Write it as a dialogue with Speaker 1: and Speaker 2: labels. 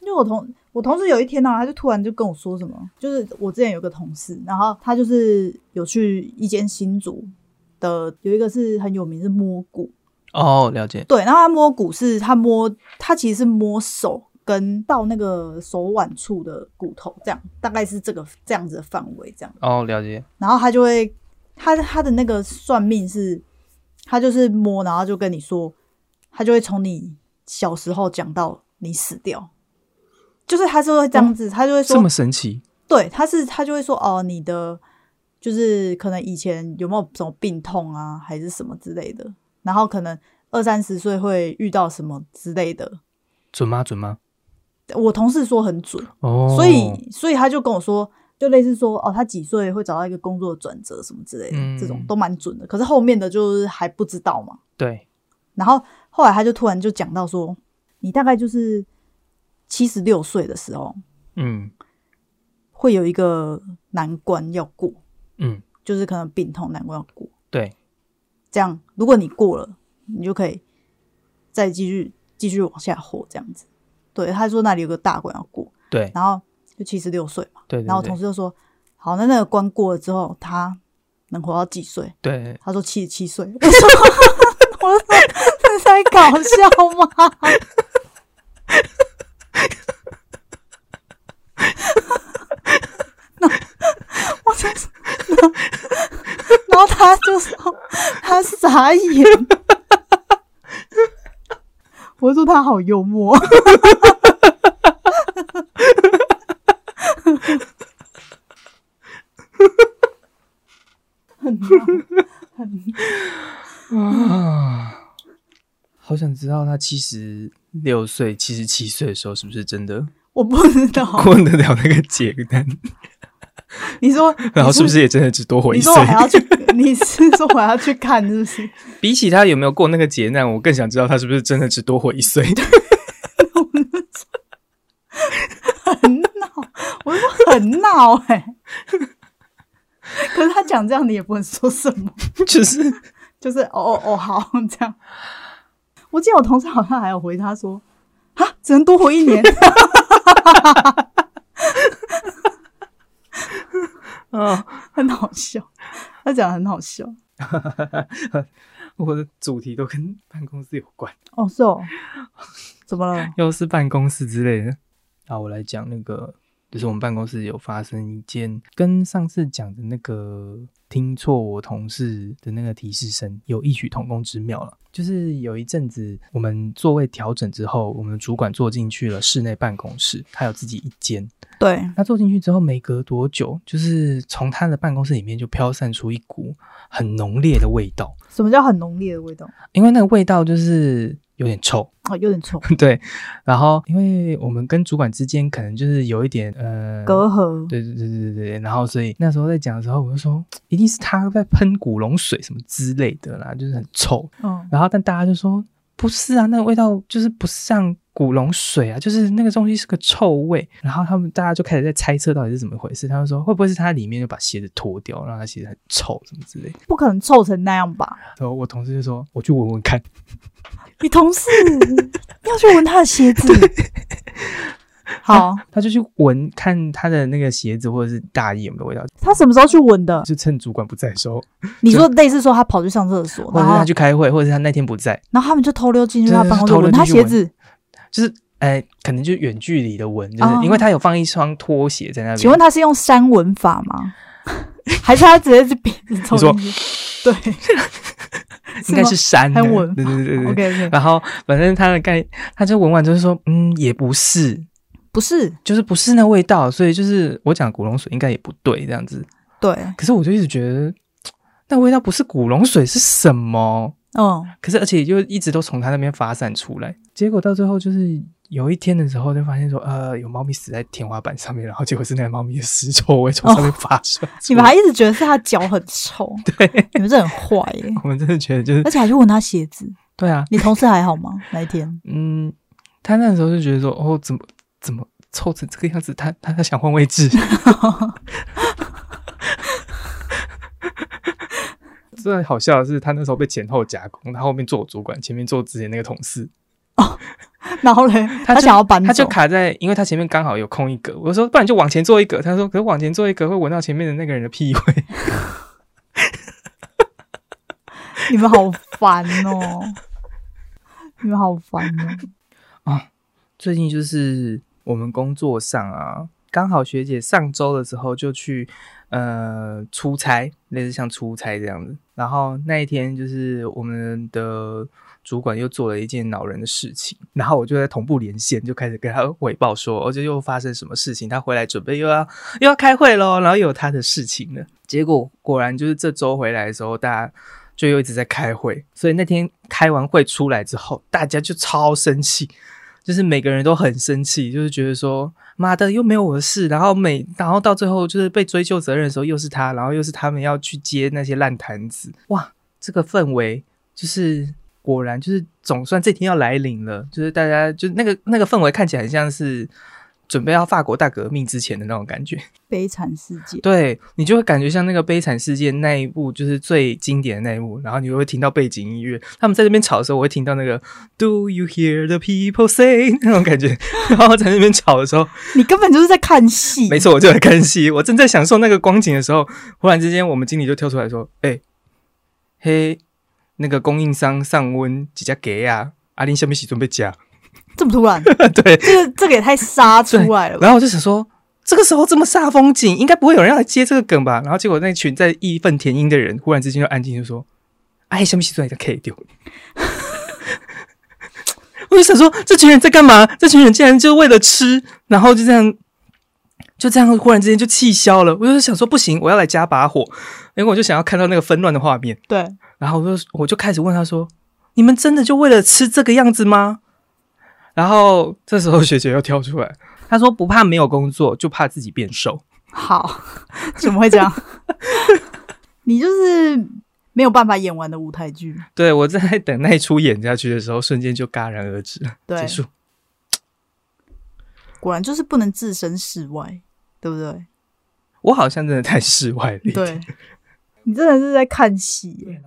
Speaker 1: 因为我同我同事有一天呢、他就突然就跟我说什么，就是我之前有个同事，然后他就是有去一间新竹的，有一个是很有名是摸骨，
Speaker 2: 哦，了解，
Speaker 1: 对，然后他摸骨是他摸，他其实是摸手跟到那个手腕处的骨头，这样大概是这个这样子的范围这样。
Speaker 2: 哦，了解，
Speaker 1: 然后他就会，他他的那个算命是，他就是摸，然后就跟你说，他就会从你小时候讲到你死掉，就是他是会这样子，他就会
Speaker 2: 哦这
Speaker 1: 说
Speaker 2: 么，神奇，
Speaker 1: 对，他是他就会说，哦，你的就是可能以前有没有什么病痛啊，还是什么之类的，然后可能二三十岁会遇到什么之类的。
Speaker 2: 准吗？准吗？
Speaker 1: 我同事说很准，
Speaker 2: 哦，
Speaker 1: 所以所以他就跟我说，就类似说哦，他几岁会找到一个工作的转折什么之类的，
Speaker 2: 嗯
Speaker 1: 这种都蛮准的。可是后面的就是还不知道嘛。
Speaker 2: 对，
Speaker 1: 然后后来他就突然就讲到说，你大概就是七十六岁的时候
Speaker 2: 嗯
Speaker 1: 会有一个难关要过，
Speaker 2: 嗯，
Speaker 1: 就是可能病痛难关要过。
Speaker 2: 对，
Speaker 1: 这样如果你过了，你就可以再继续继续往下活这样子。对，他说那里有个大关要过，
Speaker 2: 对，
Speaker 1: 然后就七十六岁嘛。
Speaker 2: 对，对
Speaker 1: 然后我
Speaker 2: 对
Speaker 1: 同事就说：“好，那那个关过了之后，他能活到几岁
Speaker 2: 对？”，
Speaker 1: 他说：“七十七岁。”我说：“我说这才搞笑吗？”那我真是，然后他就说他傻眼。我说他好幽默，
Speaker 2: 啊，好想知道他七十六岁、七十七岁的时候是不是真的
Speaker 1: 我不知道。
Speaker 2: 混得了那个解单，
Speaker 1: 你说，
Speaker 2: 然后是不
Speaker 1: 是？
Speaker 2: 是也真的只多活一
Speaker 1: 你
Speaker 2: 岁
Speaker 1: 说？我还要去， 你是说我还要去看，是不是？
Speaker 2: 比起他有没有过那个劫难，我更想知道他是不是真的只多活一岁。
Speaker 1: 很闹，我说很闹哎、 可是他讲这样，你也不能说什么，
Speaker 2: 就是
Speaker 1: 就是哦哦哦，好这样。我记得我同事好像还有回他说，啊，只能多活一 年。
Speaker 2: 啊，
Speaker 1: 很好笑，他讲的很好笑。
Speaker 2: 我的主题都跟办公室有关，
Speaker 1: 哦，是哦，怎么了？
Speaker 2: 又是办公室之类的。啊，我来讲那个，就是我们办公室有发生一件跟上次讲的那个听错我同事的那个提示声有异曲同工之妙了。就是有一阵子我们座位调整之后，我们主管坐进去了室内办公室，他有自己一间。
Speaker 1: 对，
Speaker 2: 他坐进去之后，没隔多久，就是从他的办公室里面就飘散出一股很浓烈的味道，
Speaker 1: 什么叫很浓烈的味道？
Speaker 2: 因为那个味道就是有点臭，
Speaker 1: 哦，有点臭，
Speaker 2: 对。然后，因为我们跟主管之间可能就是有一点呃
Speaker 1: 隔阂。
Speaker 2: 对对对对对对，然后所以那时候在讲的时候，我就说一定是他在喷古龙水什么之类的啦，就是很臭。
Speaker 1: 嗯，
Speaker 2: 然后但大家就说不是啊，那个味道就是不像古龙水啊，就是那个东西是个臭味。然后他们大家就开始在猜测到底是怎么回事。他们说会不会是他里面就把鞋子脱掉，让他鞋子很臭什么之类的。
Speaker 1: 不可能臭成那样吧？
Speaker 2: 然后我同事就说我去闻闻看，
Speaker 1: 你同事要去闻他的鞋子。好，
Speaker 2: 他就去闻看他的那个鞋子或者是大衣有没有味道，
Speaker 1: 他什么时候去闻的？
Speaker 2: 就趁主管不在的时候，
Speaker 1: 你说类似说他跑去上厕所，
Speaker 2: 或者
Speaker 1: 然
Speaker 2: 是
Speaker 1: 后
Speaker 2: 他去开会，或者是他那天不在。
Speaker 1: 然后他们就偷溜进去他办公室
Speaker 2: 对对
Speaker 1: 闻
Speaker 2: 对
Speaker 1: 他
Speaker 2: 偷溜
Speaker 1: 鞋
Speaker 2: 进去
Speaker 1: 子。
Speaker 2: 就是哎、可能就远距离的闻，就是、
Speaker 1: 哦
Speaker 2: 因为他有放一双拖鞋在那边。
Speaker 1: 请问他是用山闻法 吗？还是他直接是鼻子抽进去？对，
Speaker 2: 应该是山的
Speaker 1: 还闻
Speaker 2: 对对对对对。啊
Speaker 1: OK OK，
Speaker 2: 然后反正他的概，他就闻完之后就说，嗯，也不是，
Speaker 1: 不是，
Speaker 2: 就是不是那味道，所以就是我讲古龙水应该也不对这样子。
Speaker 1: 对，嗯
Speaker 2: 可是我就一直觉得那味道不是古龙水是什么？
Speaker 1: 嗯，
Speaker 2: 可是而且就一直都从他那边发散出来，结果到最后就是。有一天的时候，就发现说，呃，有猫咪死在天花板上面，然后结果是那个猫咪的尸臭味从上面发出来、
Speaker 1: 你 们还一直觉得是他脚很臭，对，你们这很坏耶，
Speaker 2: 我们真的觉得就是
Speaker 1: 而且还去闻他鞋子。
Speaker 2: 对啊，
Speaker 1: 你同事还好吗？那一天？
Speaker 2: 嗯，他那时候就觉得说，哦，怎么怎么臭成这个样子？他他他想换位置。 最好笑的是，他那时候被前后夹攻，他后面坐我主管，前面坐之前那个同事。
Speaker 1: 然后嘞，他
Speaker 2: 他就
Speaker 1: 想要搬走，
Speaker 2: 他就卡在，因为他前面刚好有空一格，我说不然就往前做一格，他说可是往前做一格会闻到前面的那个人的屁味，
Speaker 1: 你们好烦 哦，你们好烦哦。
Speaker 2: 最近就是我们工作上啊，刚好学姐上周的时候就去呃出差，类似像出差这样子。然后那一天就是我们的主管又做了一件恼人的事情，然后我就在同步连线，就开始跟他汇报说，哦，这又发生什么事情？他回来准备又要又要开会喽，然后又有他的事情了。结果果然就是这周回来的时候，大家。就又一直在开会，所以那天开完会出来之后，大家就超生气，就是每个人都很生气，就是觉得说妈的又没有我的事，然后每然后到最后就是被追究责任的时候又是他，然后又是他们要去接那些烂摊子，哇，这个氛围就是果然就是总算这天要来临了，就是大家就那个那个氛围看起来很像是准备要法国大革命之前的那种感觉，
Speaker 1: 悲惨世界，
Speaker 2: 对你就会感觉像那个《悲惨世界》那一部，就是最经典的那一幕，然后你会听到背景音乐，他们在那边吵的时候，我会听到那个 “Do you hear the people say” 那种感觉，然后在那边吵的时候，
Speaker 1: 你根本就是在看戏。
Speaker 2: 没错，我就在看戏，我正在享受那个光景的时候，忽然之间，我们经理就跳出来说：“哎、嘿，那个供应商上温几家给啊，阿林下面洗准备加。
Speaker 1: 这么突然，”
Speaker 2: 对，
Speaker 1: 这个这个也太杀出来了吧？
Speaker 2: 然后我就想说，这个时候这么煞风景，应该不会有人要来接这个梗吧？然后结果那群在义愤填膺的人，忽然之间就安静，就说：“哎，什么时候就可以丢？” 我就想说，这群人在干嘛？这群人竟然就为了吃，然后就这样。就这样，忽然之间就气消了。我就想说，不行，我要来加把火，因为我就想要看到那个纷乱的画面。
Speaker 1: 对，
Speaker 2: 然后我就我就开始问他说：“你们真的就为了吃这个样子吗？”然后这时候学姐又跳出来，她说：“不怕没有工作，就怕自己变瘦。
Speaker 1: 好，怎么会这样？ 你就是没有办法演完的舞台剧，
Speaker 2: 对”我在等那一出演下去的时候，瞬间就戛然而止了，
Speaker 1: 对
Speaker 2: 结，束。
Speaker 1: 果然就是不能置身事外，对不对？
Speaker 2: 我好像真的太世外了一点。
Speaker 1: 对，你真的是在看戏耶。